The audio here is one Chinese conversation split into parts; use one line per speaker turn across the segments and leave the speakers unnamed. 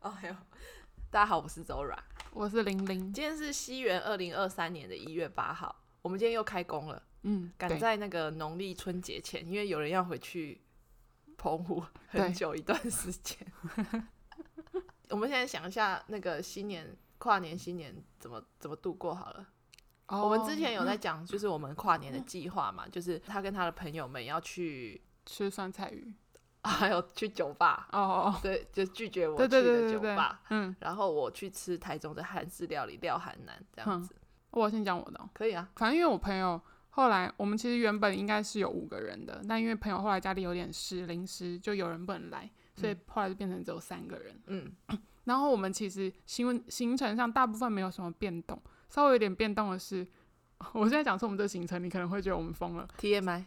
哦，还有，大家好，我是 Zora，
我是玲玲，
今天是西元二零二三年的一月八号，我们今天又开工了，
嗯，
赶
对
在那个农历春节前，因为有人要回去澎湖很
对
久一段时间。 我们现在想一下那个新年跨年新年怎么怎么度过好了。我
哦
们之前有在讲，就是我们跨年的计划嘛，就是他跟他的朋友们要去，
吃酸菜鱼，
还有去酒吧，
哦哦，
对，就拒绝我
对
去
对对
的
对
酒
对对
吧。，
嗯，
然后我去吃台中的韩式料理廖韩南这样
哼
子，
我先讲我的哦、
可以啊。
反正因为我朋友后来，我们其实原本应该是有五个人的，但因为朋友后来家里有点事，临时就有人不能来，所以
嗯
后来就变成只有三个人。
嗯，
然后我们其实行行程上大部分没有什么变动，稍微有点变动的是， 我现在讲说我们这行程，你可能会觉得我们疯了，
TMI，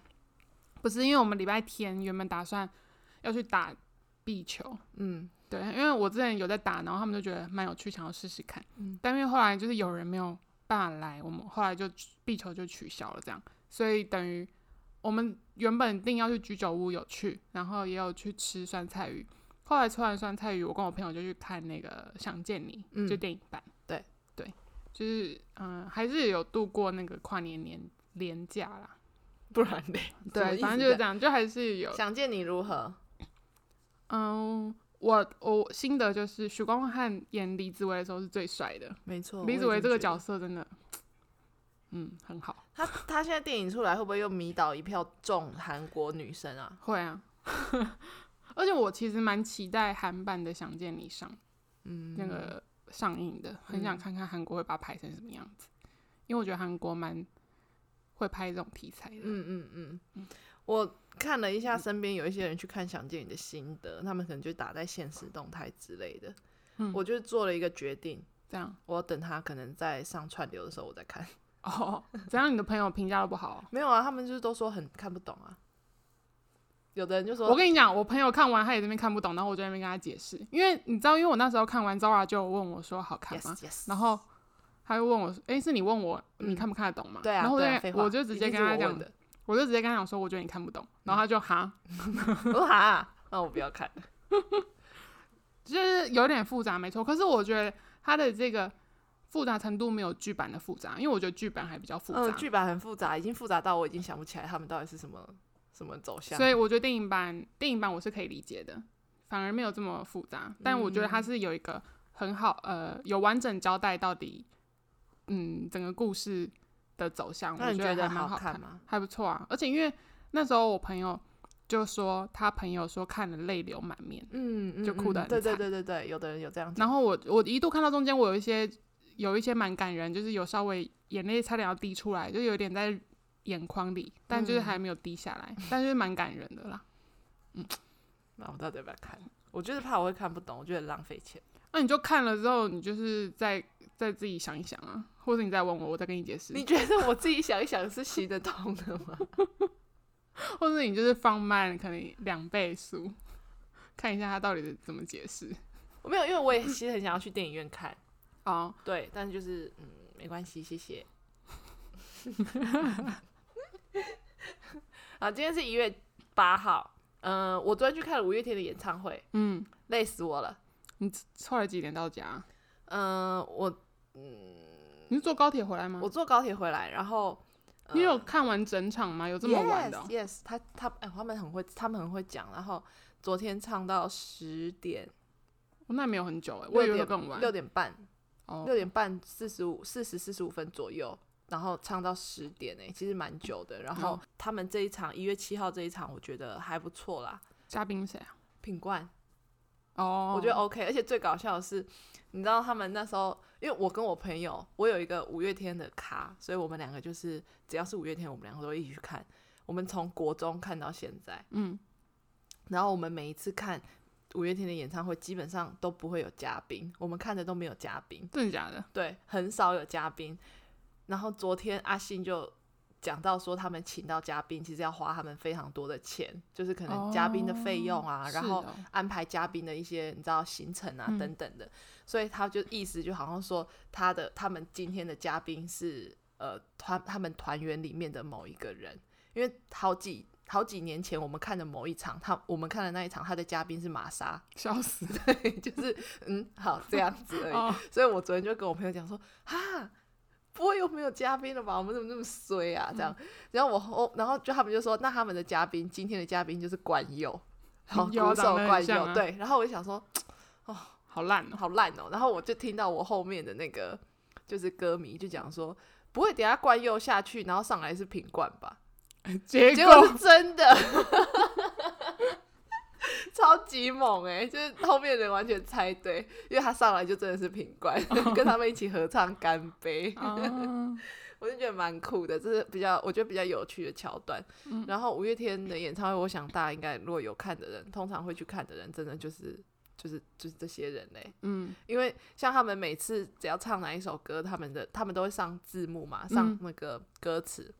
不是因为我们礼拜天原本打算要去打壁球，
嗯
对，因为我之前有在打，然后他们就觉得蛮有趣，想要试试看。
嗯
但因为后来就是有人没有办法来，我们后来就壁球就取消了，这样，所以等于我们原本定要去居酒屋有去，然后也有去吃酸菜鱼。后来吃完酸菜鱼，我跟我朋友就去看那个《想见你》
嗯
就电影版。
对
对，就是嗯、还是有度过那个跨年年年假啦。
不然嘞，什么意
对，
思
反正就是这样，就还是有
想见你如何？
嗯，我我心得就是许光汉演李子维的时候是最帅的，
没错
李子维这个角
色，
色真的，嗯，很好，
他他现在电影出来会不会又迷倒一票众韩国女生啊？
会啊。 而且我其实蛮期待韩版的《想见你上》
嗯，
那个上映的，很想
嗯
看看韩国会把它拍成什么样子，因为我觉得韩国蛮会拍这种题材的。
嗯嗯嗯嗯，我看了一下，身边有一些人去看《想见你》的心得，他们可能就打在现实动态之类的。
嗯
我就做了一个决定，
这样
我等他可能在上串流的时候我再看。
哦，怎样你的朋友评价都不好哦、
没有啊，他们就是都说很看不懂啊。有的人就说，
我跟你讲，我朋友看完他也在那边看不懂，然后我就在那边跟他解释，因为你知道，因为我那时候看完 Zara 就有问我说好看
yes
吗？
yes，
然后他就问我说：“诶，是你问我
嗯
你看不看得懂吗？”
对啊，
然后我就
对啊
跟
废话
我就直接
一定
跟
是
他
我
讲
问，的， 嗯
我就直接跟他讲说：“我觉得你看不懂。”然后他就哈，
我说哈，那我不要看。
就是有点复杂，没错。可是我觉得他的这个复杂程度没有剧版的复杂，因为我觉得剧版还比较复杂，
嗯，剧版很复杂，已经复杂到我已经想不起来他们到底是什么什么走向。
所以我觉得电影版电影版我是可以理解的，反而没有这么复杂。但我觉得它
嗯
是有一个很好呃有完整交代到底，嗯，整个故事的走向，
那
我
你觉
得
得
还蛮
好
看
看吗？
还不错啊。而且因为那时候我朋友就说，他朋友说看了泪流满面，
嗯，嗯
就哭
嗯
得很
对对
惨
对对对，有的人有这样讲。
然后我我一度看到中间，我有一些有一些蛮感人，就是有稍微眼泪差点要滴出来，就有点在眼眶里，但就是
嗯
还没有滴下来，但就是蛮感人的啦。
那我到底要不要看？我就是怕我会看不懂，我觉得很浪费钱。
那你就看了之后，你就是再再自己想一想啊，或者你再问我，我再跟你解释，
你觉得我自己想一想是行得通的吗？
或者你就是放慢可能两倍速，看一下他到底是怎么解释。
我没有，因为我也其实很想要去电影院看，
哦，
对，但就是嗯，没关系，谢谢。啊，今天是一月八号，嗯、我昨天去看了五月天的演唱会，
嗯，
累死我了。
你后来几点到家啊？
嗯、我
你是坐高铁回来吗？
我坐高铁回来，然后、呃
你有看完整场吗？有这么晚的哦、
y e s yes，他他、哎他们很会，他们很会讲。然后昨天唱到十点，
我那没有很久哎、我以
六
为会
点
更晚。
六点半，
哦，
六点半四十五、四十、四十五分左右，然后唱到十点诶、其实蛮久的。然后他们这一场一月七号这一场，我觉得还不错啦。
嘉宾谁啊？
品冠，
哦，
我觉得 OK，而且最搞笑的是，你知道他们那时候，因为我跟我朋友，我有一个五月天的咖，所以我们两个就是只要是五月天，我们两个都会一起去看。我们从国中看到现在，
嗯，
然后我们每一次看五月天的演唱会，基本上都不会有嘉宾，我们看的都没有嘉宾。
真的假的？
对，很少有嘉宾。然后昨天阿信就讲到说，他们请到嘉宾其实要花他们非常多的钱，就是可能嘉宾的费用啊，然
哦是
后
哦
安排嘉宾的一些你知道行程啊、
嗯
等等的，所以他就意思就好像说他的他们今天的嘉宾是呃团他们团员里面的某一个人，因为好几好几年前我们看的某一场，他我们看的那一场，他的嘉宾是玛莎，
笑死！
对，就是嗯，好这样子而已。
哦，
所以我昨天就跟我朋友讲说，哈，不会又没有嘉宾了吧？我们怎么那么衰啊？这样，然后我后，然后就他们就说，那他们的嘉宾今天的嘉宾就是冠佑， 然后
有
鼓
啊
手
长得
冠
很像
佑，
啊
对，然后我就想说
好烂哦！
好烂哦、然后我就听到我后面的那个就是歌迷就讲说。不会，等一下冠佑下去，然后上来是品冠吧？
结
结
果
果是真的， 超级猛哎、就是后面的人完全猜对，因为他上来就真的是品冠，跟他们一起合唱《干杯》
啊，
我就觉得蛮酷的，这是比较我觉得比较有趣的桥段。然后五月天的演唱会，我想大家应该如果有看的人，通常会去看的人，真的就是就是就是这些人嘞、欸
嗯，
因为像他们每次只要唱哪一首歌，他们的他们都会上字幕嘛，上
嗯
那个歌词，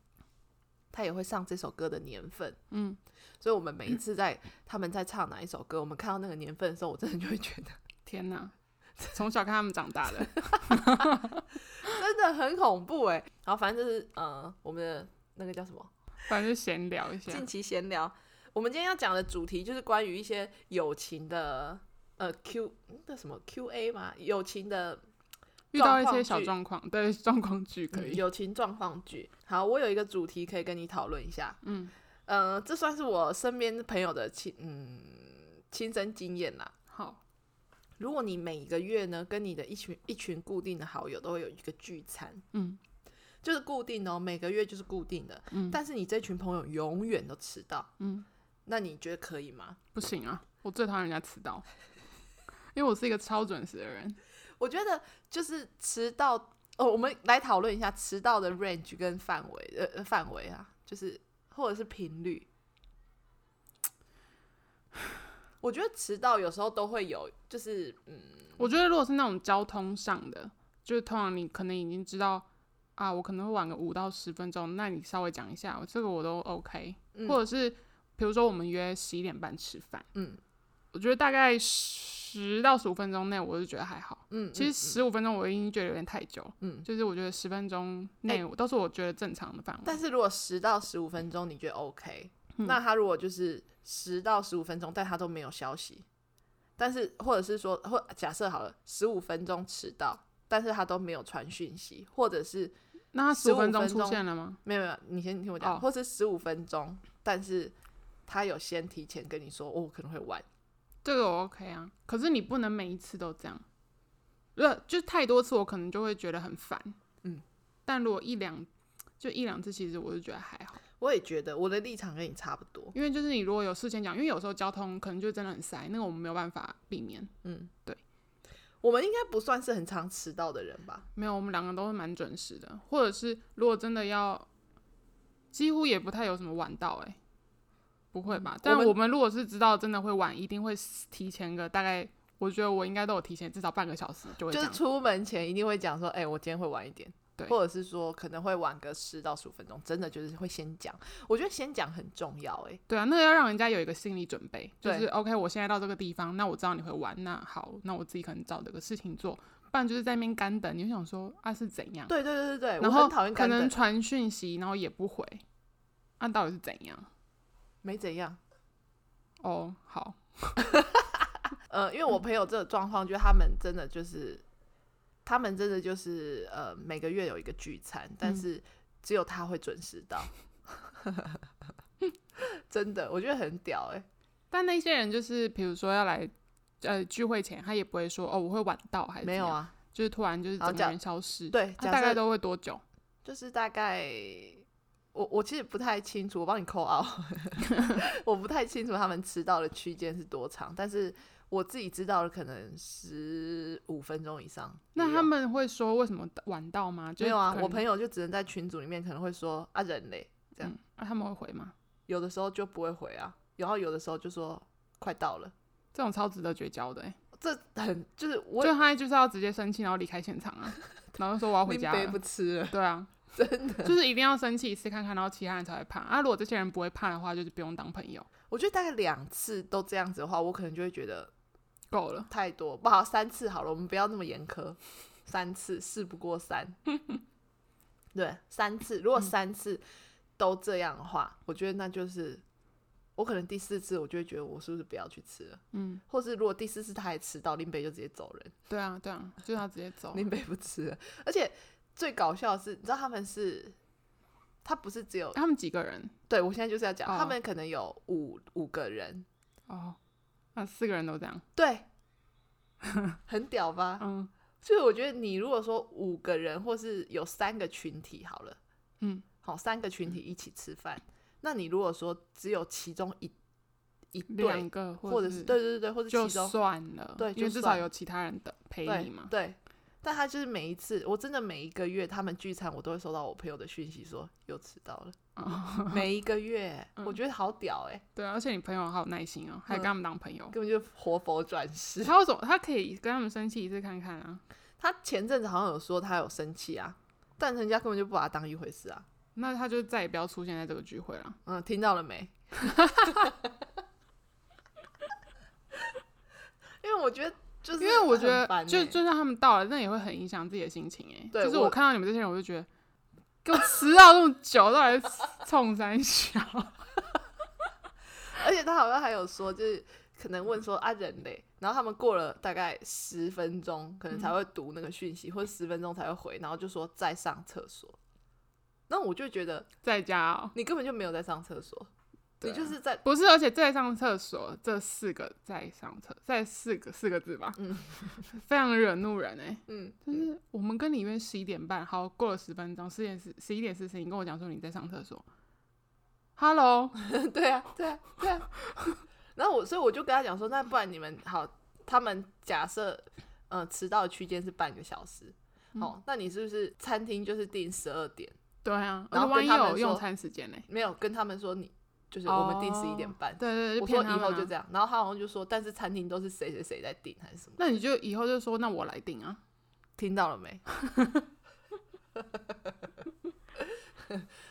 他也会上这首歌的年份。
嗯，
所以我们每一次在他们在唱哪一首歌，我们看到那个年份的时候，我真的就会觉得
天哪！从小看他们长大的，
真的很恐怖哎、然后反正就是呃，我们的那个叫什么？
反正就闲聊一下。
近期闲聊，我们今天要讲的主题就是关于一些友情的呃 Q 那什么 QA 嘛，友情的
遇到
状
一些
况
小
剧嗯
状况，对状况剧可以。
友情状况剧。好，我有一个主题可以跟你讨论一下。
嗯，
呃，这算是我身边朋友的亲嗯亲身经验啦。
好，
如果你每个月呢跟你的一群一群固定的好友都会有一个聚餐，
嗯，
就是固定的哦，每个月就是固定的，
嗯
但是你这群朋友永远都迟到，
嗯，
那你觉得可以吗？
不行啊，我最讨厌人家迟到，因为我是一个超准时的人。
我觉得就是迟到，哦，我们来讨论一下迟到的 range 跟范围，呃，呃范围啊，就是或者是频率。我觉得迟到有时候都会有，就是嗯，
我觉得如果是那种交通上的，就是通常你可能已经知道啊，我可能会晚个五到十分钟，那你稍微讲一下，这个我都 OK。
嗯
或者是比如说我们约十一点半吃饭，
嗯
我觉得大概十到十五分钟内，我就觉得还好。
嗯，
其实
嗯
十五分钟我已经觉得有点太久，
嗯嗯
就是我觉得十分钟
哎
内我都是我觉得正常的范围。
但是如果十到十五分钟你觉得 OK，、
嗯
那他如果就是十到十五分钟，但他都没有消息，但是或者是说，或假设好了，十五分钟迟到，但是他都没有传讯息，或者是
那他十
15
五分钟
分
出
钟
现了吗？
没有没有，你先听我讲，
哦
或是十五分钟，但是他有先提前跟你说，哦我可能会晚。
这个我 OK 啊，可是你不能每一次都这样，呃，就太多次我可能就会觉得很烦。
嗯，
但如果一两就一两次，其实我就觉得还好，
我也觉得我的立场跟你差不多，
因为就是你如果有事先讲，因为有时候交通可能就真的很塞，那个我们没有办法避免。
嗯，
对，
我们应该不算是很常迟到的人吧？
没有，我们两个都是蛮准时的，或者是如果真的要，几乎也不太有什么晚到、欸，不会吧？但
嗯们
我们如果是知道真的会晚，一定会提前个大概，我觉得我应该都有提前至少半个小时就会
就
这
是
样。
出门前一定会讲说，哎、我今天会晚一点，
对
或者是说可能会晚个十到十五分钟，真的就是会先讲。我觉得先讲很重要、哎，
对啊，那个要让人家有一个心理准备，就
对
是 OK，我现在到这个地方，那我知道你会玩，那好，那我自己可能找这个事情做，不然就是在那边干等，你就想说啊是怎样，
对对对对对，
然
我
后
很讨厌
可
干
能
等，
传讯息，然后也不回，那、到底是怎样？
没怎样。
哦，好，
呃，因为
嗯
我朋友这个状况，就是他们真的就是，他们真的就是呃，每个月有一个聚餐，但
嗯
是只有他会准时到， 真的，我觉得很屌哎、
但那些人就是比如说要来呃聚会前，他也不会说哦我会晚到还是
没有
怎样，
啊，
就是突然就是
好
整个
假
人消失，
对，
他、
假
啊大概
设
都会多久？
就是大概，我我其实不太清楚，我帮你扣 奥，我不太清楚他们迟到的区间是多长，但是我自己知道的可能十五分钟以上也有。啊
那他们会说为什么晚到吗？就
没有啊？我
友
朋友就只能在群组里面可能会说啊人嘞，这样
嗯，啊他们会回吗？
有的时候就不会回啊，然后有的时候就说快到了，
这种超值得绝交的、欸。
这很就是我
就他就是要直接生气，然后离开现场啊，然后就说我要回
拎
家
杯
了
不。吃了，
对啊，
真的，
就是一定要生气一次看看，然后其他人才会怕。啊，如果这些人不会怕的话，就是不用当朋友，
我觉得大概两次都这样子的话，我可能就会觉得
够了。
太多，不好三次好了，我们不要那么严苛，三次事不过三，
嗯
对，三次，如果三次都这样的话，我觉得那就是我可能第四次我就会觉得我是不是不要去吃了，
嗯，
或是如果第四次他还迟到，林北就直接走人，
对啊，对啊，就是他直接走。
林北不吃了。而且最搞笑的是，你知道他们是，他不是只有，
他们几个人？
对我现在就是要讲，
哦
他们可能有五五个人，
哦，啊，四个人都这样。
对， 很屌吧？
嗯
所以我觉得你如果说五个人或是有三个群体好了，
嗯，
好，三个群体一起吃饭，那你如果说只有其中一一对，
两个
或者
是
对对对，或者
就
其中
算了，
对
因为
就
至
算
少有其他人的陪
对
你嘛。
对。但他就是每一次，我真的每一个月他们聚餐，我都会收到我朋友的讯息说又迟到了。
哦，
每一个月，我
嗯
觉得好屌哎、
对啊，而且你朋友好有耐心哦，
嗯
还跟他们当朋友。
根本就是活佛转世。
他为什么？他可以跟他们生气一次看看啊？
他前阵子好像有说他有生气啊，但人家根本就不把他当一回事啊。
那他就再也不要出现在这个聚会了。
嗯，听到了没？ 因为我觉得就是、
因为我觉得，
烦欸
就就算他们到了，那也会很影响自己的心情哎、
对
就是
我
我看到你们这些人，我就觉得，给我迟到那么久，到底是冲三小？
而且他好像还有说，就是可能问说啊人嘞，然后他们过了大概十分钟，可能
嗯
才会读那个讯息，或者十分钟才会回，然后就说在上厕所。那我就觉得
在家哦、
你根本就没有在上厕所，
对
你
啊
就是在
不是，而且在上厕所这四个在上厕，在四个四个字吧，
嗯
非常惹怒人哎、
嗯，
就是我们跟你约十一点半，好，过了十分钟，十点十十一点四十，你跟我讲说你在上厕所，Hello，
对啊，对啊，对啊。 然后我，所以我就跟他讲说，那不然你们好，他们假设，呃，迟到的区间是半个小时，
嗯
哦，那你是不是餐厅就是定十二点？
对啊，
然后
而且万一
跟他们
有
说
用餐时间呢、
没有跟他们说你就是我们定十一点半。
对对对，
我
骗
说
他
以
们
后
啊
就这样，然后他好像就说，但是餐厅都是谁谁谁在定还是什么？
那你就以后就说，那我来定啊。
听到了没？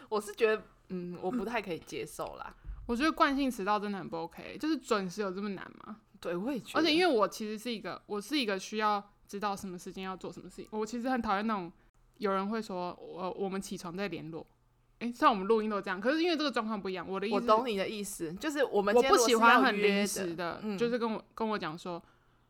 我是觉得，嗯，我不太可以接受啦。
我觉得惯性迟到真的很不 OK，就是准时有这么难吗？
对，我也觉得，
而且因
为
为我其实是一个，我是一个需要知道什么时间要做什么事情，我其实很讨厌那种有人会说我我们起床再联络，诶，虽然我们录音都这样，可是因为这个状况不一样，我的意思
我
是
懂你的意思，就是我们
我
今天
不
如果
喜
是
欢
要
很
约
临
的
时的，
嗯
就是跟我跟我讲说，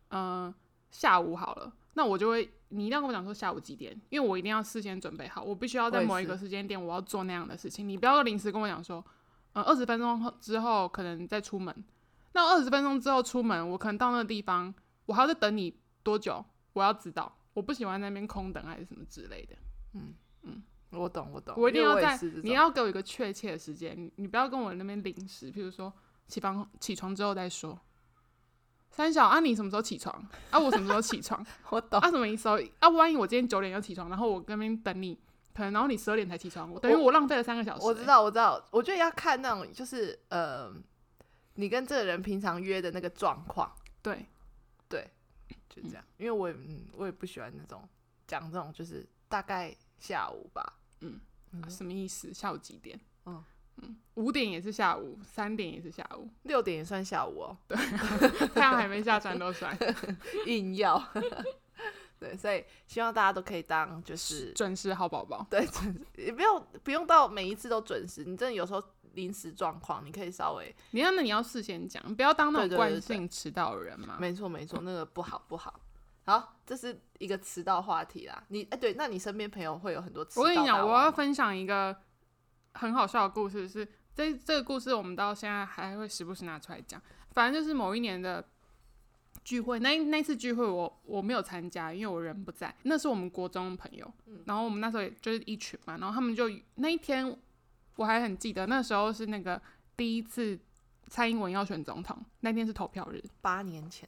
嗯、下午好了，那我就会你一定要跟我讲说下午几点，因为我一定要事先准备好，我必须要
我
在
也
某一
是
个时间点我要做那样的事情，你不要临时跟我讲说，呃，二十分钟后之后可能再出门，那二十分钟之后出门，我可能到那个地方，我还要再等你多久，我要知道。我不喜欢在那边空等还是什么之类的，
我懂，我懂，
我一定
因为
要
也
在
是这
你
种
要给我一个确切的时间，你你不要跟我那边临时，譬如说起床起床之后再说。三小啊，你什么时候起床？啊，我什么时候起 床？
我懂。
啊，什么意思哦？啊，万一我今天九点要起床，然后我跟那边等你，可能然后你十二点才起床，我等于
我
我浪费了三个小时、
我知
欸，
道，我知道，我觉得要看那种就是呃，你跟这个人平常约的那个状况，
对，
对，就这样。因为我也嗯，我也不喜欢那种讲这种，就是大概下午吧，
啊什么意思？下午几点？
嗯
嗯，五点也是下午，三点也是下午，
六点也算下午哦，
太阳还没下山都晒，
硬要。 对，所以希望大家都可以当 就是
准时好宝宝。
对准时，也不用不用到每一次都准时，你真的有时候临时状况，你可以稍微
你看，那你要事先讲，不要当那
对对对
种惯
对
性迟到的人嘛。
没错没错，那个不好不好。好，这是一个迟到话题啦。你哎、对，那你身边朋友会有很多迟到
我跟你
大
讲，我
王
要
吗
分享一个很好笑的故事是，这这个故事我们到现在还会时不时拿出来讲。反正就是某一年的聚会，那那次聚会我我没有参加，因为我人不在。那是我们国中朋友，
嗯
然后我们那时候也就是一群嘛，然后他们就那一天我还很记得，那时候是那个第一次蔡英文要选总统，那天是投票日，
八年前，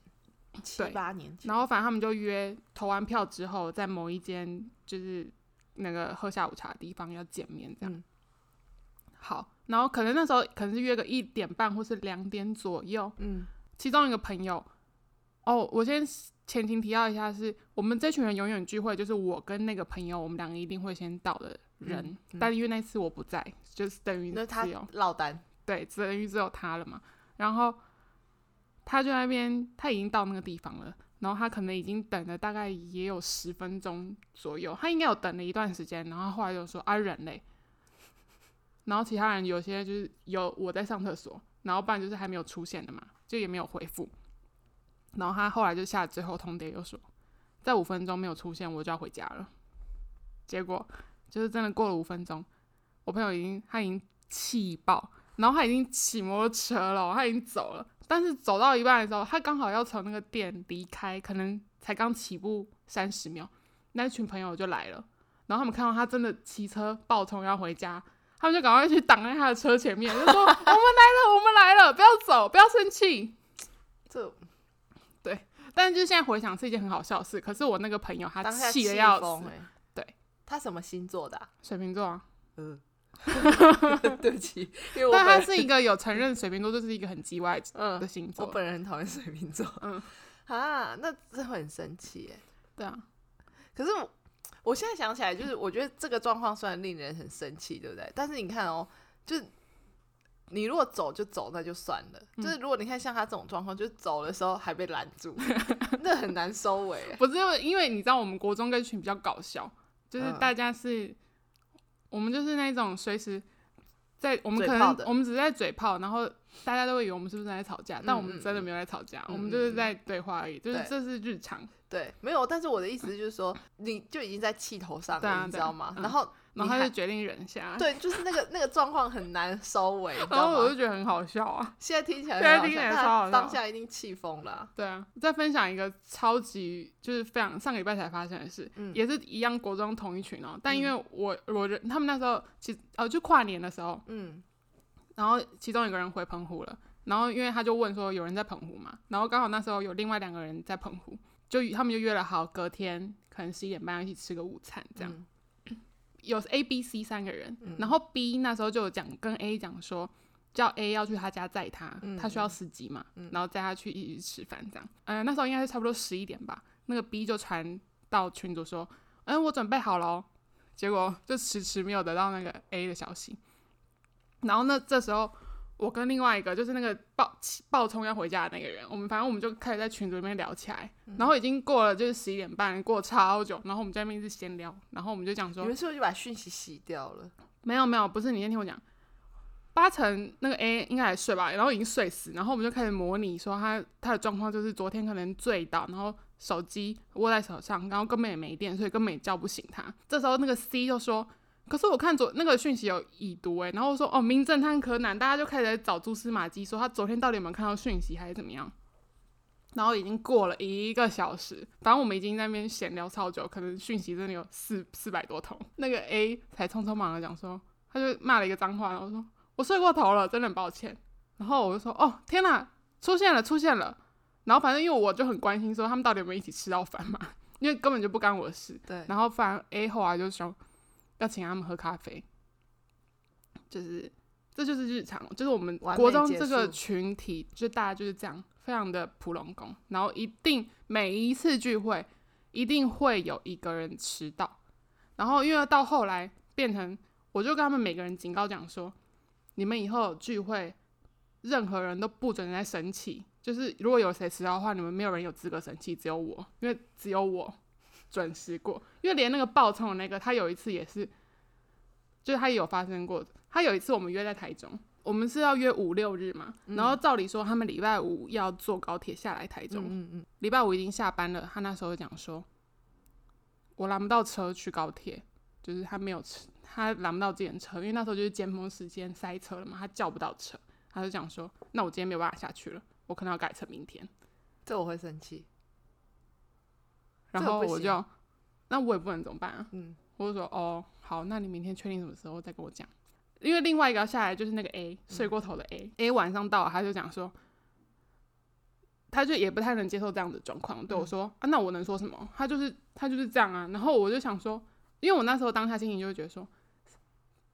七
对
八年前，
然后反正他们就约投完票之后，在某一间就是那个喝下午茶的地方要见面，这样。
嗯
好，然后可能那时候可能是约个一点半或是两点左右，
嗯，
其中一个朋友，哦，我先前情提要一下是，我们这群人永远聚会，就是我跟那个朋友，我们两个一定会先到的人，
嗯嗯
但因为那次我不在，就是等于
那他
只有
落单，
对，只等于只有他了嘛。然后他就在那边，他已经到那个地方了，然后他可能已经等了大概也有十分钟左右，他应该有等了一段时间，然后后来就说啊人嘞，然后其他人有些就是有我在上厕所，然后不然就是还没有出现的嘛，就也没有回复。然后他后来就下最后通牒，就说在五分钟没有出现，我就要回家了。结果就是真的过了五分钟，我朋友已经他已经气爆，然后他已经骑摩托车了，他已经走了。但是走到一半的时候，他刚好要从那个店离开，可能才刚起步三十秒，那群朋友就来了。然后他们看到他真的骑车爆冲要回家，他们就赶快去挡在他的车前面，就说：“ 我们来了，我们来了，不要走，不要生气。”
这
但就是现在回想是一件很好笑的事。可是我那个朋友他
当下
气的
气
要
疯
死，
欸
对，
他什么星座 的啊、
水瓶座啊，
嗯，对不起，因为我
但他
本
是一个有承认水瓶座就是一个很叽歪的
嗯，
星
我
座，
本人很讨厌水瓶座，
嗯
啊，那这会很生气耶。
对啊，
可是我我现在想起来，就是我觉得这个状况虽然令人很生气，对不对？但是你看哦，就是你如果走就走，那就算了。
嗯
就是如果你看像他这种状况，就是走的时候还被拦 住，那很难收尾欸耶。
不是因为因为你知道我们国中跟群比较搞笑，就是
嗯
大家是，我们就是那种随时在我们可
嘴炮
能
的
我们只是在嘴炮，然后大家都会以为我们是不是在吵架，但我
嗯
们
嗯
真的没有在吵架，
嗯
我们就是在对话而已，就是
对
这是日常。
对，没有。但是我的意思就是说，你就已经在气头上
对
了，
啊
你知
对啊
道吗？
嗯
然后你
然后他
还
就决定忍下，
对，就是那个那个状况很难收尾，你知
然后
道
我
吗？
就觉得很好笑啊。
现在听起来
现在
很好
听起来
笑但
超好
他
笑
当下一定气疯了啊。
对啊，再分享一个超级就是非常上个礼拜才发生的事，
嗯
也是一样国中同一群哦、但因为我我人他们那时候其实哦就跨年的时候，
嗯
然后其中有个人回澎湖了，然后因为他就问说有人在澎湖嘛，然后刚好那时候有另外两个人在澎湖，就他们就约了好隔天可能十一点半要一起吃个午餐这样，
嗯
有 A、B、C 三个人，
嗯
然后 B 那时候就有讲跟 A 讲说，叫 A 要去他家载他，
嗯
他需要司机嘛，
嗯
然后载他去一起吃饭这样。嗯、那时候应该是差不多十一点吧，那个 B 就传到群组说，嗯、我准备好了哦，结果就迟迟没有得到那个 A 的消息。然后呢，这时候我跟另外一个就是那个暴暴冲要回家的那个人，我们反正我们就开始在群组里面聊起来，
嗯
然后已经过了就是十一点半，过超久，然后我们在那边一直闲聊，然后我们就讲说
你，们是不是就把讯息洗掉了？
没有没有，不是你先听我讲。八成那个 A 应该还睡吧，然后已经睡死，然后我们就开始模拟说他他的状况就是昨天可能醉倒，然后手机握在手上，然后根本也没电，所以根本也叫不醒他。这时候那个 C 就说：“可是我看昨那个讯息有已读诶、然后我说：“哦，名侦探柯南。”大家就开始找蛛丝马迹，说他昨天到底有没有看到讯息还是怎么样。然后已经过了一个小时，反正我们已经在那边闲聊超久，可能讯息真的有四四百多通。那个 A 才匆匆忙忙地讲说，他就骂了一个脏话，然后说哦我睡过头了，真的很抱歉。然后我就说哦天哪，出现了出现了。然后反正因为我就很关心说他们到底有没有一起吃到饭嘛，因为根本就不干我的事。
对，
然后反正 A 后来就说要请他们喝咖啡，就是这就是日常，就是我们
完美
国中
结
这个
束
群体，就大家就是这样，非常的普龙宫，然后一定每一次聚会一定会有一个人迟到，然后因为到后来变成，我就跟他们每个人警告讲说，你们以后有聚会，任何人都不准再生气。就是如果有谁迟到的话，你们没有人有资格生气，只有我，因为只有我准时过。因为连那个爆冲的那个，他有一次也是，就是他也有发生过。他有一次我们约在台中，我们是要约五六日嘛，然后照理说他们礼拜五要坐高铁下来台中，
嗯嗯
礼拜五已经下班了，他那时候讲说，我拦不到车去高铁，就是他没有车，他拦不到自行车，因为那时候就是尖峰时间塞车了嘛，他叫不到车，他就讲说，那我今天没有办法下去了，我可能要改成明天。
嗯，这我会生气。
然
这个
后
不
我
行
就，那我也不能怎么办啊？
嗯，
我就说，哦，好，那你明天确定什么时候再跟我讲。因为另外一个要下来就是那个 A 睡过头的 A，A、晚上到了他就讲说，他就也不太能接受这样的状况，对我说、啊，那我能说什么？他就是他就是这样啊。然后我就想说，因为我那时候当下心情就会觉得说，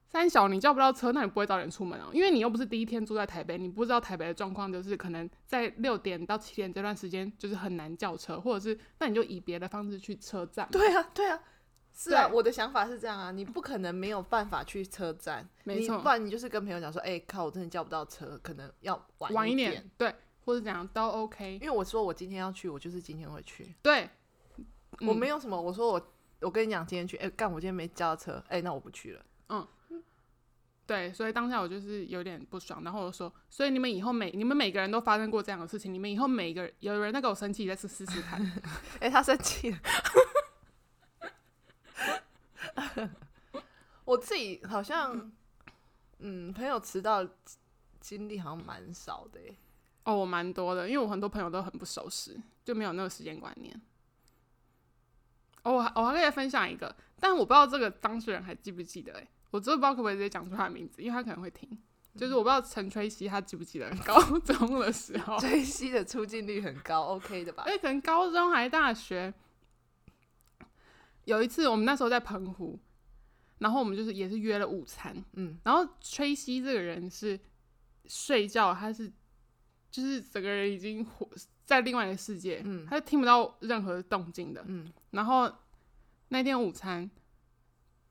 三小你叫不到车，那你不会早点出门哦、因为你又不是第一天住在台北，你不知道台北的状况，就是可能在六点到七点这段时间就是很难叫车，或者是那你就以别的方式去车站嘛。
对啊，对啊，是啊，
对
我的想法是这样啊，你不可能没有办法去车站，
没错
你不然你就是跟朋友讲说，哎、靠，我真的叫不到车，可能要晚
晚
一
点，对，或者怎样都 OK。
因为我说我今天要去，我就是今天会去，
对，嗯
我没有什么，我说我我跟你讲今天去，哎、干，我今天没叫到车，哎、那我不去了。
对，所以当下我就是有点不爽，然后我就说，所以你们以后每你们每个人都发生过这样的事情，你们以后每个人有人在跟我生气，再试试试看。
哎、他生气了。 我自己好像，嗯，朋友迟到经历好像蛮少的耶。
哦，我蛮多的，因为我很多朋友都很不守时，就没有那个时间观念。哦，我还我还可以分享一个，但我不知道这个当事人还记不记得、欸，我真的不知道可不可以直接讲出他的名字，因为他可能会听。就是我不知道陈吹熙他记不记得高中的时候，
追星的出镜率很高，OK 的吧
而？且可能高中还大学。有一次我们那时候在澎湖，然后我们就是也是约了午餐，
嗯，
然后崔西这个人是睡觉，他是就是整个人已经活在另外一个世界，
嗯
他是听不到任何动静的。
嗯，
然后那天午餐，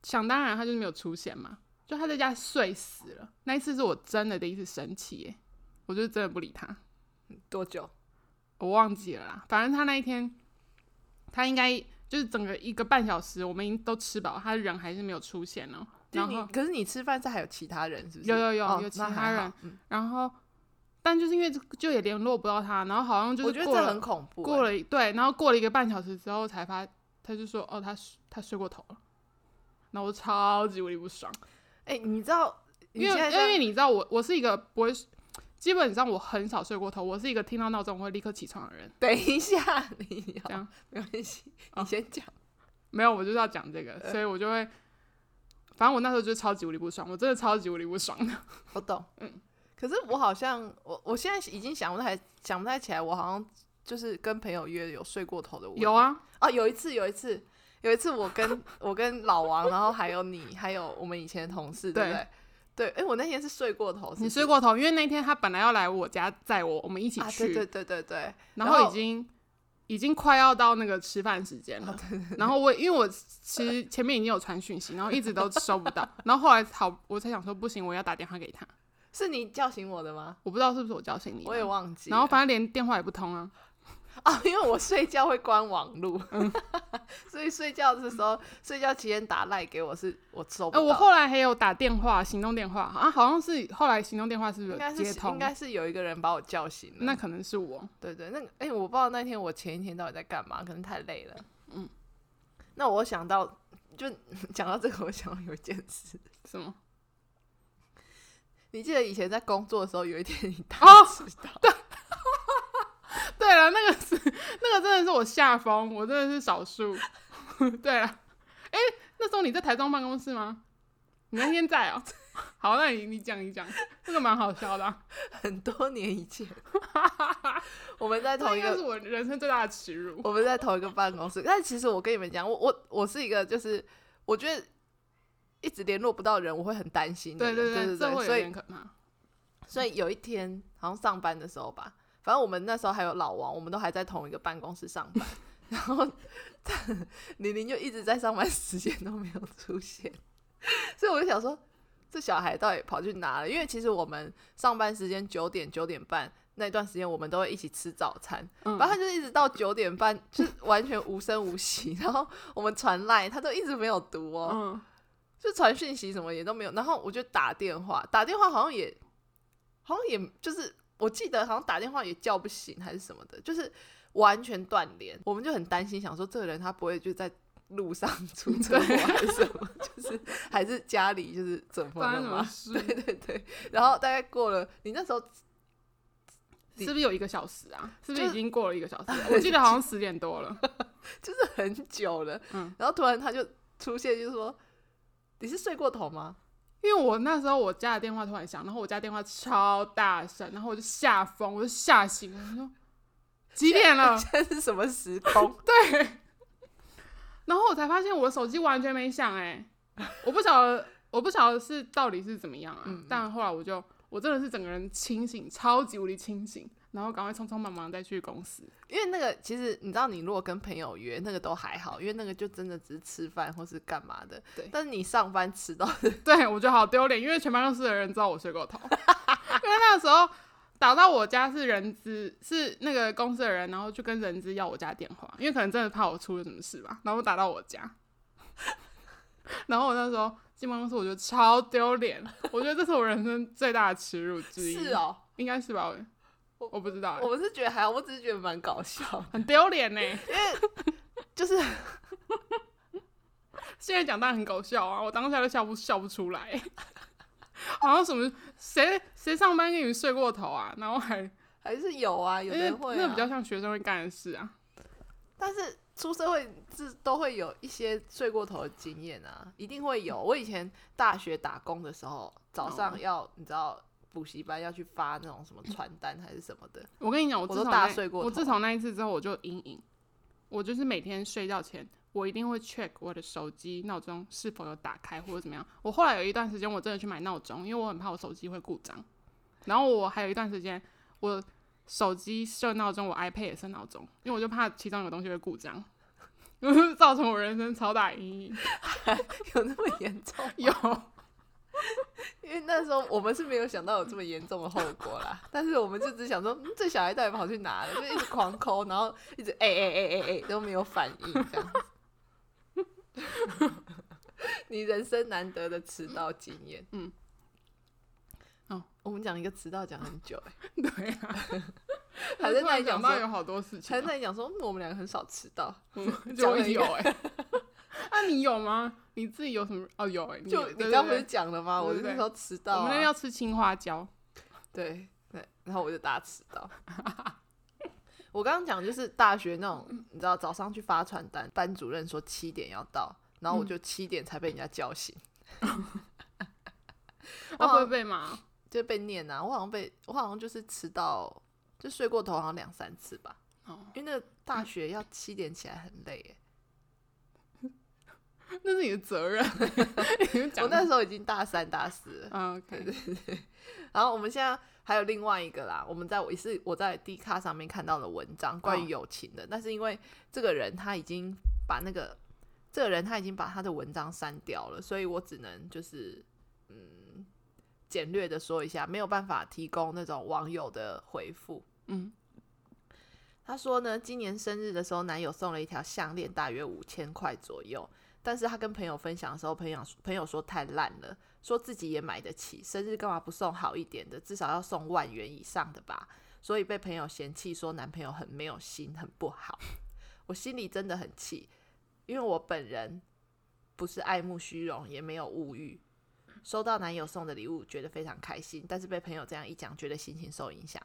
想当然他就是没有出现嘛，就他在家睡死了。那一次是我真的第一次生气，耶，我就真的不理他，
多久？
我忘记了啦。反正他那一天，他应该就是整个一个半小时，我们已经都吃饱，他人还是没有出现哦。
就
然
你
后，
可是你吃饭是还有其他人，是不是？
有有有
哦
有其
那
他
还好
人
嗯
然后，但就是因为这个就也联络不到他，然后好像
嗯
就
我
是
觉得
过
这
了
很恐怖耶。欸
过了一对，然后过了一个半小时之后才发，他就说哦，他睡他睡过头了，然后我超级无敌不爽，
哎、你知道，你
因为
现在
因
这样
为你知道我我是一个不会，基本上我很少睡过头，我是一个听到闹钟我会立刻起床的人，
等一下你
这
要
样
没关系，
哦
你先讲。
没有我就是要讲这个，
呃
所以我就会，反正我那时候就超级无敌不爽，我真的超级无敌不爽的，
我懂，嗯。可是我好像，我我现在已经想不太想不太起来，我好像就是跟朋友约有睡过头的。
有啊，
啊，有一次，有一次，有一次我跟 我跟老王，然后还有你，还有我们以前的同事，对不对？对，哎、我那天是睡过头，是
你
不
睡
是
过头，因为那天他本来要来我家载我，我们一起
啊？
去，
对对对对对，
然
然
后
后
已经已经快要到那个吃饭时间
哦
了。然后我因为我其实前面已经有传讯息，然后一直都收不到。然后后来好，我才想说不行，我要打电话给他。
是你叫醒我的吗？
我不知道是不是我叫醒你的，啊
我也忘记了。
然后反正连电话也不通啊。
啊， 因为我睡觉会关网路，
嗯
所以睡觉的时候，睡觉期间打赖给我是我收不
哎、
到。
我后来还有打电话，行动电话啊，好像是后来行动电话是不
应
是有
该
接
是
通
应？该是有一个人把我叫醒了。
那可能是我。
对对，那个哎、我不知道那天我前一天到底在干嘛，可能太累了。嗯，那我想到就 讲到这个，我想到有一件事，
什么？
你记得以前在工作的时候，有一天你大
哦
迟到，
对了，那个是那个真的是我下风，我真的是少数。 对了，哎、那时候你在台中办公室吗？你那天在哦、好，那你你讲一讲，这个蛮好笑的啊、
很多年以前， 我们在同
这
一
应该
个
是我人生最大的耻辱。
我们在同一个办公室，但其实我跟你们讲，我我我是一个就是我觉得一直联络不到人，我会很担心的
对
人。
对
对
这会有
所
点
以
可怕。
所以有一天好像上班的时候吧，反正我们那时候还有老王，我们都还在同一个办公室上班， 然后玲玲就一直在上班时间都没有出现， 所以我就想说。这小孩到底跑去哪了？因为其实我们上班时间九点九点半那段时间，我们都会一起吃早餐，
嗯
反正他就是一直到九点半，就是完全无声无息。 然后我们传赖，他都一直没有读哦，
嗯，
就传讯息什么也都没有。然后我就打电话，打电话好像也，好像也就是我记得好像打电话也叫不醒还是什么的，就是完全断联。我们就很担心，想说这个人他不会就在路上 出车祸
啊
还是什么，就是还是家里就是怎么
发
了
生什么
吗？ 对
事？
对对。然后大概过了，你那时候
是不是有一个小时啊？是不是
就
已经过了一个小时 了？我记得好像十点多了。
就是很久了，
嗯
然后突然他就出现，就说你是睡过头吗？
因为我那时候我家的电话突然响，然后我家电话超大声，然后我就吓疯，我就吓醒了，我说几点了？
现在是什么时空？
然后我才发现我的手机完全没响，哎， 我不晓得，我不晓得是到底是怎么样啊。
嗯嗯
但后来我就，我真的是整个人清醒，超级无敌清醒，然后赶快匆匆忙忙再去公司。
因为那个其实你知道，你如果跟朋友约那个都还好，因为那个就真的只是吃饭或是干嘛的。
对
但是你上班迟 到，
对我觉得好丢脸，因为全办公室的人知道我睡过头，因 为那时候打到我家是人资，是那个公司的人，然后就跟人资要我家电话， 因为可能真的怕我出了什么事吧，然后打到我家，然后我那时候进办公室，我觉得超丢脸，我觉得这是我人生最大的耻辱之一，
是哦，
应该是吧？我
我
我不知道欸、
我是觉得还好，我只是觉得蛮搞笑的，
很丢脸呢。
就是
现在讲当然很搞笑啊，我当下都笑不笑不出来， 好像什么谁谁上班跟你睡过头啊，然后还
还是有啊，有的人会、啊，
那比较像学生会干的事啊。
但是出社会是都会有一些睡过头的经验啊，一定会有。我以前大学打工的时候，早上要、你知道补习班要去发那种什么传单还是什么的，
我跟你讲，
我
我自
都
从
大
那
睡过
我
头
自从那一次之后，我就有阴影。我就是每天睡觉前，我一定会 check 我的手机闹钟是否有打开或者怎么样。我后来有一段时间，我真的去买闹钟，因为我很怕我手机会故障。然后我还有一段时间，我手机设闹钟，我 iPad 也设闹钟，因为我就怕其中有东西会故障， 造成我人生超大阴影。
有那么严重？
有，
因为那时候我们是没有想到有这么严重的后果啦，但是我们就只想说，嗯、这小孩到底跑去哪了？就一直狂抠，然后一直哎哎哎哎哎都没有反应，这样子。你人生难得的迟到经验，
嗯，哦，
我们讲一个迟到讲很久、 欸，
对啊，
还在那里
讲
讲
到
说，
有好多事情
还
啊、
在那里讲说，嗯我们两个很少迟到，
嗯，
讲
就
了一
有
个
哎、欸。那、你有吗？你自己有什么？哦，有哎、欸，
就
有
你
对
刚
对
不是
对
讲了吗？我
对
就
对
那
对
时候迟到、
我
啊，
们那天要吃青花椒，
对对，然后我就大迟到。 我刚刚讲就是大学那种，你知道早上去发传单，班主任说七点要到，然后我就七点才被人家叫醒，
他啊不
好
会
像
被骂。
就被念啊。我好像被我好像就是迟到，就睡过头，好像两三次吧。
哦，
因为那个大学要七点起来很累耶，
那是你的 责任。你
我
讲
那时候已经大三大四了。
啊，OK，
然后我们现在还有另外一个啦，我们在我也是我在 D 卡上面看到的文章，关于友情的。但是因为这个人他已经把那个这个人他已经把他的文章删掉了，所以我只能就是嗯简略的说一下，没有办法提供那种网友的回复。
嗯，
他说呢，今年生日的时候，男友送了一条项链，大约五千块左右。但是他跟朋友分享的时候，朋友朋友说太烂了，说自己也买得起，生日干嘛不送好一点的？至少要送万元以上的吧。所以被朋友嫌弃说男朋友很没有心，很不好。我心里真的很气，因为我本人不是爱慕虚荣，也没有物欲。收到男友送的礼物，觉得非常开心，但是被朋友这样一讲，觉得心情受影响。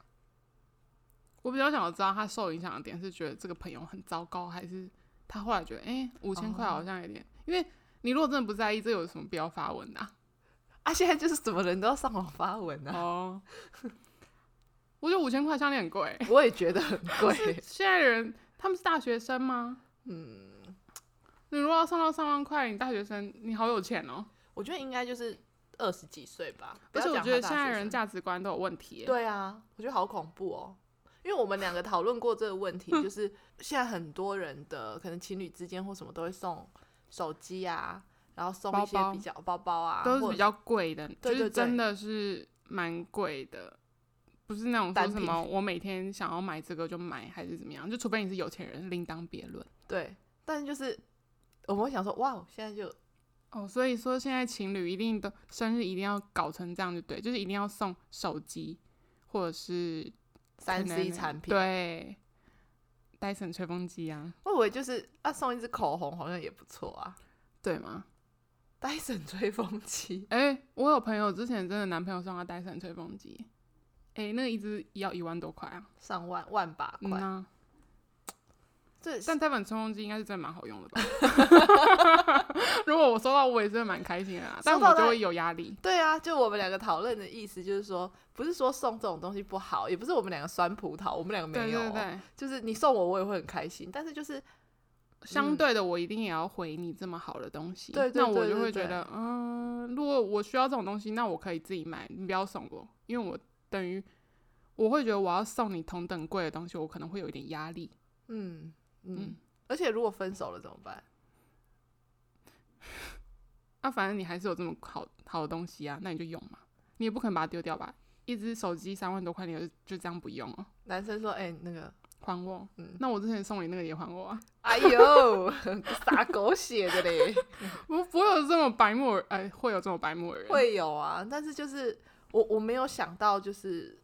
我比较想要知道他受影响的点是觉得这个朋友很糟糕，还是他后来觉得，哎、五千块
哦
好像有点，因为你如果真的不在意，这有什么必要发文的、啊？
啊，现在就是什么人都要上网发文啊！
哦，我觉得五千块项链很贵、。
我也觉得很贵
现在人他们是大学生吗？
嗯，
你如果要送到三万块，你大学生你好有钱哦、
我觉得应该就是二十几岁吧。不
而且
要
我
讲
觉得
他
现
大学
在人
生
价值观都有问题、欸。
对啊，我觉得好恐怖哦。因为我们两个讨论过这个问
嗯
题，就是现在很多人的可能情侣之间或什么都会送手机啊，然后送
包
一些
包
比较包包啊，
都是
或
比
者
较贵的，
对对
就是真
对
的是蛮贵的，不是那种
单
说什
品
么我每天想要买这个就买，还是怎么样？就除非你是有钱人，另当别论。
对，但是就是我们会想说，哇，现在就
哦，所以说现在情侣一定都生日一定要搞成这样，就对，就是一定要送手机或者是可
三
能
C 产品，
对，戴森吹风机啊，
我以为就是啊送一支口红好像也不错啊，
对吗？
戴森吹风机，
哎、我有朋友之前真的男朋友送他戴森吹风机，哎、那个一支要一万多块啊，
上万万把
嗯
块，
啊
这
但这本吹风机应该是真的蛮好 用的吧？ 如果我收到，我也是蛮开心的啦，但
收到
我
的
就会有压力。
对啊，就我们两个讨论的意思就是说，不是说送这种东西不好，也不是我们两个酸葡萄，我们两个
对
没有、
对对，
就是你送我，我也会很开心。但是就是
相对的，我一定也要回你这么好的东西。
嗯对对
那我
对
就
对
会觉
对
得，嗯，如果我需要这种东西，那我可以自己买，你不要送我，因为我等于我会觉得我要送你同等贵的东西，我可能会有一点压力。
嗯嗯
嗯
而且如果分手了怎么办？
那、啊反正你还是有这么好好的东西啊，那你就用嘛，你也不可能把它丢掉吧？一只手机三万多块，你就就这样不用哦、
男生说：“哎、那个
还我。
嗯
那我之前送你那个也还我啊，
哎呦， 撒狗血的嘞，
我不会有这么白目的人，哎、会有这么白目的人，
会有啊，但是就是我我没有想到就是，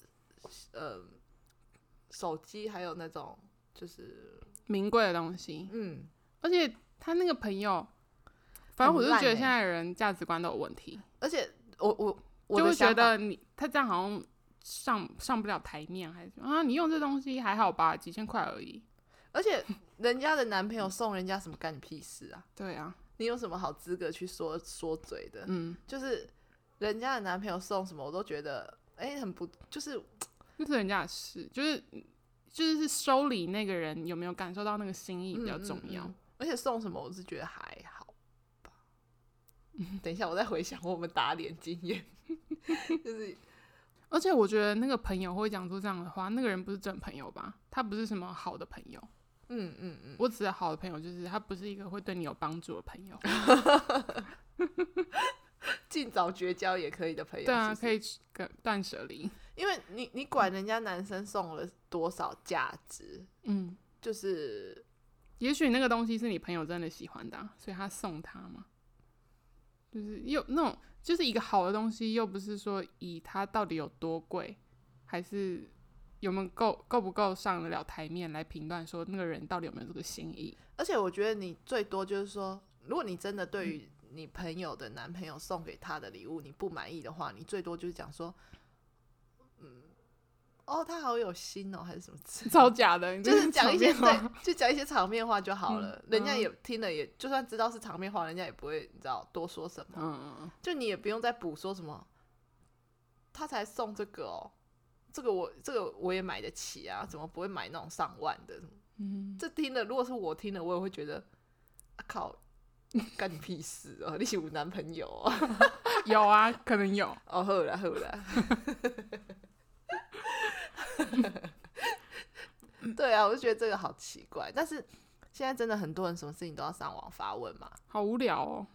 呃，手机还有那种就是
名贵的东西，
嗯，
而且他那个朋友，反正我就觉得
很烂欸
现在的人价值观都有问题，
而且我我我
就
的
会觉
想法
得你他这样好像上上不了台面，还是什么啊？你用这东西还好吧，几千块而已。
而且人家的男朋友送人家什么干你屁事啊？
对啊，
你有什么好资格去说说嘴的？
嗯，
就是人家的男朋友送什么，我都觉得哎、很不，就是
那是人家的事，就是就是收礼那个人有没有感受到那个心意比较重要。
嗯嗯嗯而且送什么，我是觉得还好吧。等一下，我再回想我们打脸经 验，就是
而且我觉得那个朋友会讲出这样的话，那个人不是真朋友吧？他不是什么好的朋友。
嗯嗯嗯，
我指的好的朋友，就是他不是一个会对你有帮助的朋 友。
啊尽早绝交也可以的朋友。
对啊，
是不是
可以跟断舍离。
因为你你管人家男生送了多少价值，
嗯，
就是
也许那个东西是你朋友真的喜欢的啊、所以他送他嘛，就是又那种就是一个好的东西，又不是说以它到底有多贵，还是有没有够够不够上得了台面来评断说那个人到底有没有这个心意。
而且我觉得你最多就是说，如果你真的对于你朋友的男朋友送给他的礼物你不满意的话，你最多就是讲说，嗯，哦，他好有心哦，还是什么之类的
造假的，你这
就是讲一些
场面话
对，就讲一些场面话就好了。
嗯
人家
嗯
也听了也，就算知道是场面话，人家也不会你知道多说什么，
嗯，嗯
就你也不用再补说什么。他才送这个哦，这个我这个我也买得起啊，怎么不会买那种上万的？
嗯，
这听了，如果是我听了，我也会觉得，啊靠， 干你屁事哦，你是我男朋友哦，
有啊，可能有。
哦好啦好啦， 对啊，我就觉得这个好奇怪，但是现在真的很多人什么事情都要上网发问嘛，
好无聊哦。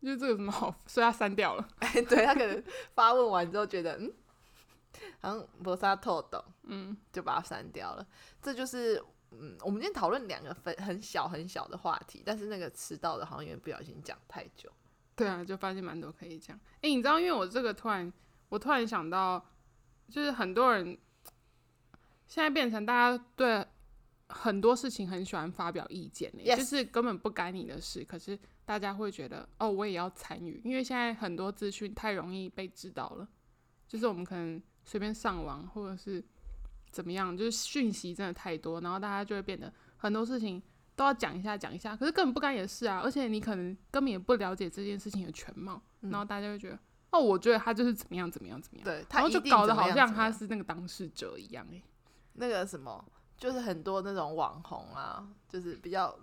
就是这个有什么好，所以他删掉了。
哎，对他可能发问完之后觉得，嗯，好像没啥透懂，
嗯，
就把它删掉了，这就是。嗯，我们今天讨论两个分很小很小的话题，但是那个迟到的好像有点不小心讲太久。
对啊，就发现蛮多可以讲。哎、你知道，因为我这个突然，我突然想到，就是很多人现在变成大家对很多事情很喜欢发表意见、欸
Yes
就是根本不干你的事，可是大家会觉得哦，我也要参与，因为现在很多资讯太容易被知道了，就是我们可能随便上网或者是怎么样，就是讯息真的太多，然后大家就会变得很多事情都要讲一下讲一下，可是根本不干你的事啊，而且你可能根本也不了解这件事情的全貌，
嗯
然后大家会觉得哦，我觉得他就是怎么样怎么样怎么样。
对，
然
他
后
一
就
定
搞得
怎么
好
样
像
怎么
他
样
是那个当事者一样、欸，
那个什么，就是很多那种网红啊，就是比较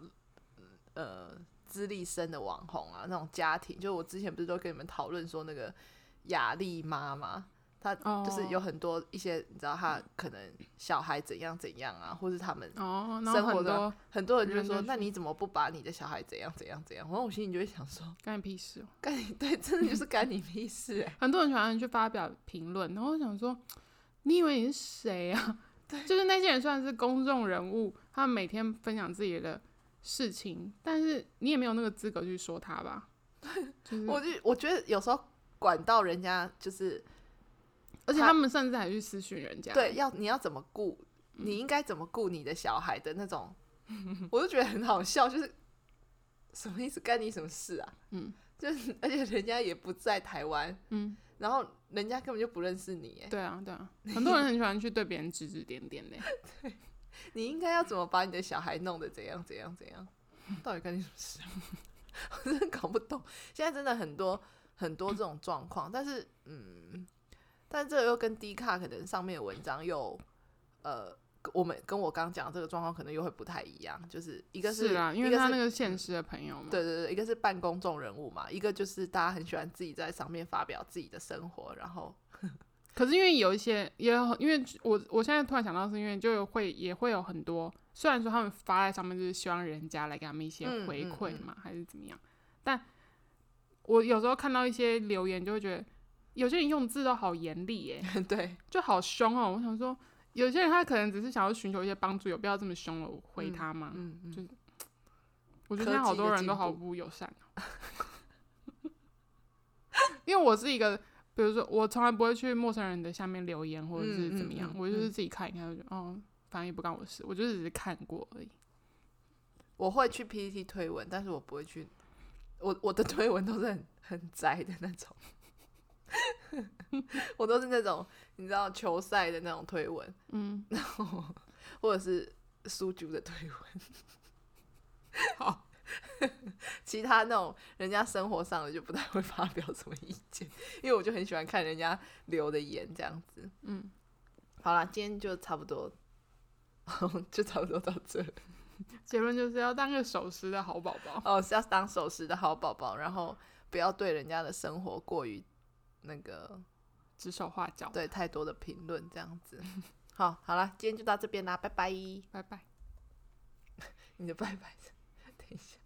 呃资历深的网红啊，那种家庭，就我之前不是都跟你们讨论说那个雅丽妈妈，她
哦
就是有很多一些你知道她可能小孩怎样怎样啊，或是他们
哦，然后
生活
很
的
多
很多人就会
人
说，
都
那你怎么不把你的小孩怎样怎样怎样？然后我心里就会想说，
干你屁事哦、
干你对，真的就是干你屁事、 欸，
很多人喜欢去发表评论，然后我想说，你以为你是谁啊？ 就是那些人虽然是公众人物，他们每天分享自己的事情，但是你也没有那个资格去说 他吧？就是，
我就我觉得有时候管到人家就是。
而且他们甚至还去私讯人家，
对，，要你要怎么顾，
嗯
你应该怎么顾你的小孩的那种， 我就觉得很好笑，就是什么意思？干你什么事啊？
嗯，
就是而且人家也不在台湾，
嗯，
然后人家根本就不认识你，哎，
对啊，对啊，很多人很喜欢去对别人指指点点的、
你应该要怎么把你的小孩弄得怎样怎样怎样？到底干你什么事啊？ 我真的搞不懂，现在真的很多很多这种状况，但是嗯，但这个又跟 D 卡可能上面的文章又呃，我们跟我刚讲的这个状况可能又会不太一样，就是 一个
是啊，因
一
为
个
他
是
那个现实的朋友嘛，
对对对，一个是半公众人物嘛，一个就是大家很喜欢自己在上面发表自己的生活，然后
可是因为有一些，也有因为我我现在突然想到，是因为就有会也会有很多，虽然说他们发在上面就是希望人家来给他们一些
嗯
回
嗯
馈
嗯
嘛，还是怎么样，但我有时候看到一些 留言，就会觉得有些人用字都好严厉耶、
对
就好凶哦、我想说，有些人他可能只是想要寻求一些帮助，有必要这么凶的回他吗？
嗯嗯，
就我觉
科
得现在好
技的
多人
进
都好
步
不友善哦、 因为我是一个，比如说我从来不会去陌生人的下面留言或者是
嗯
怎么
嗯
样，
嗯
我就是
嗯
自己看一看，就觉得哦，反正也不干我的事，我就只是看过而已。
我会去 PPT 推文，但是我不会去，我我的推文都是很很宅的那种， 我都是那种你知道球赛的那种推文，
嗯，
或者是苏竹的推文。好， 其他那种人家生活上的就不太会发表什么意见，因为我就很喜欢看人家留的言这样子。
嗯，
好啦，今天就差不多， 就差不多到这了。
结论就是要当个守时的好宝宝。
哦，是要当守时的好宝宝，然后不要对人家的生活过于那个
指手画脚。，
对太多的评论这样子。 好，好啦，今天就到这边啦，拜拜。
拜拜。
你的拜拜，等一下。